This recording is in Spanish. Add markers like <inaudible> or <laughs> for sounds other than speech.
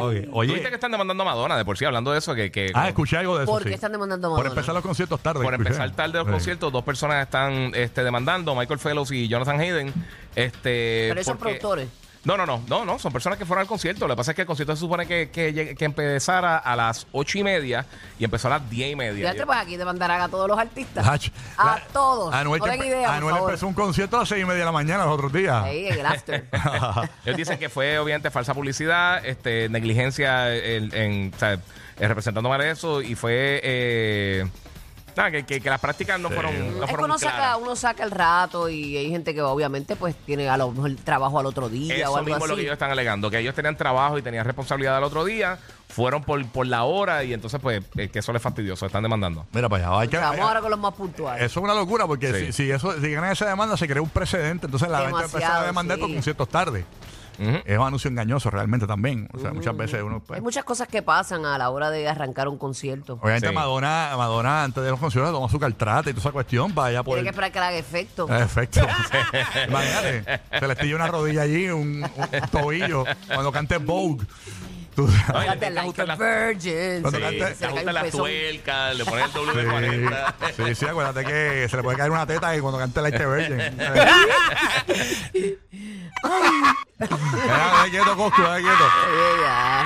Oye, ¿Tuviste que están demandando a Madonna de por sí? Hablando de eso, que, que Ah, escuché algo de eso. ¿Por qué sí. están demandando a Por Madonna? empezar los conciertos tarde. por escuché. empezar tarde <laughs> los Sí. conciertos, dos personas están este, demandando, Michael Fellows y Jonathan Hayden. Este, Pero esos son porque- productores. No, no, no, no, no, son personas que fueron al concierto. Lo que pasa es que el concierto se supone que, que, llegue- que empezara a las ocho y media y empezó a las diez y media. Fíjate, pues aquí demandarán a todos los artistas. Ach, a la- todos. Anuel, no den empe- Anuel idea, Ah. por favor. empezó un concierto a las seis y media de la mañana los otros días. Ahí, en el after. Ellos dicen que fue obviamente falsa publicidad, este, negligencia en, en, o sea, eh, representando mal eso y fue eh, nada, que, que- que las prácticas no fueron, no es que fueron uno claras. saca, uno saca el rato y hay gente que obviamente pues tiene a lo mejor trabajo al otro día o Eso algo mismo es así. lo que ellos están alegando, que ellos tenían trabajo y tenían responsabilidad al otro día, fueron por, por la hora y entonces pues eh, que eso les fastidioso, están demandando. <laughs> Mira para allá. hay que- Vamos hay- ahora con los más puntuales. eso es una locura porque Sí. si, si eso si ganan esa demanda se crea un precedente. Entonces la gente Demasiado, empezó a demandar sí. por conciertos tarde. Ujú. Es un anuncio engañoso realmente también. O sea, muchas veces uno. pues, Hay muchas cosas que pasan a la hora de arrancar un concierto. Obviamente Sí. Madonna, Madonna antes de los conciertos tomó su caltrata y toda esa cuestión para allá Tiene poder. que esperar que le haga efecto. Ah, Perfecto. <laughs> Imagínate, se le estilla una rodilla allí, un, un tobillo, cuando cante Vogue. Tú sabes. Ay, Canta le like ajusta a la- virgin. Cuando Sí, Se le- cante- le ajusta se le cae un la pezón. tuerca, le <laughs> ponen el doble de 40. Sí, sí, sí, acuérdate que se le puede caer una teta ahí cuando cante Light Virgin. Quédate quieto, Coscu, quédate quieto. Ay, ya.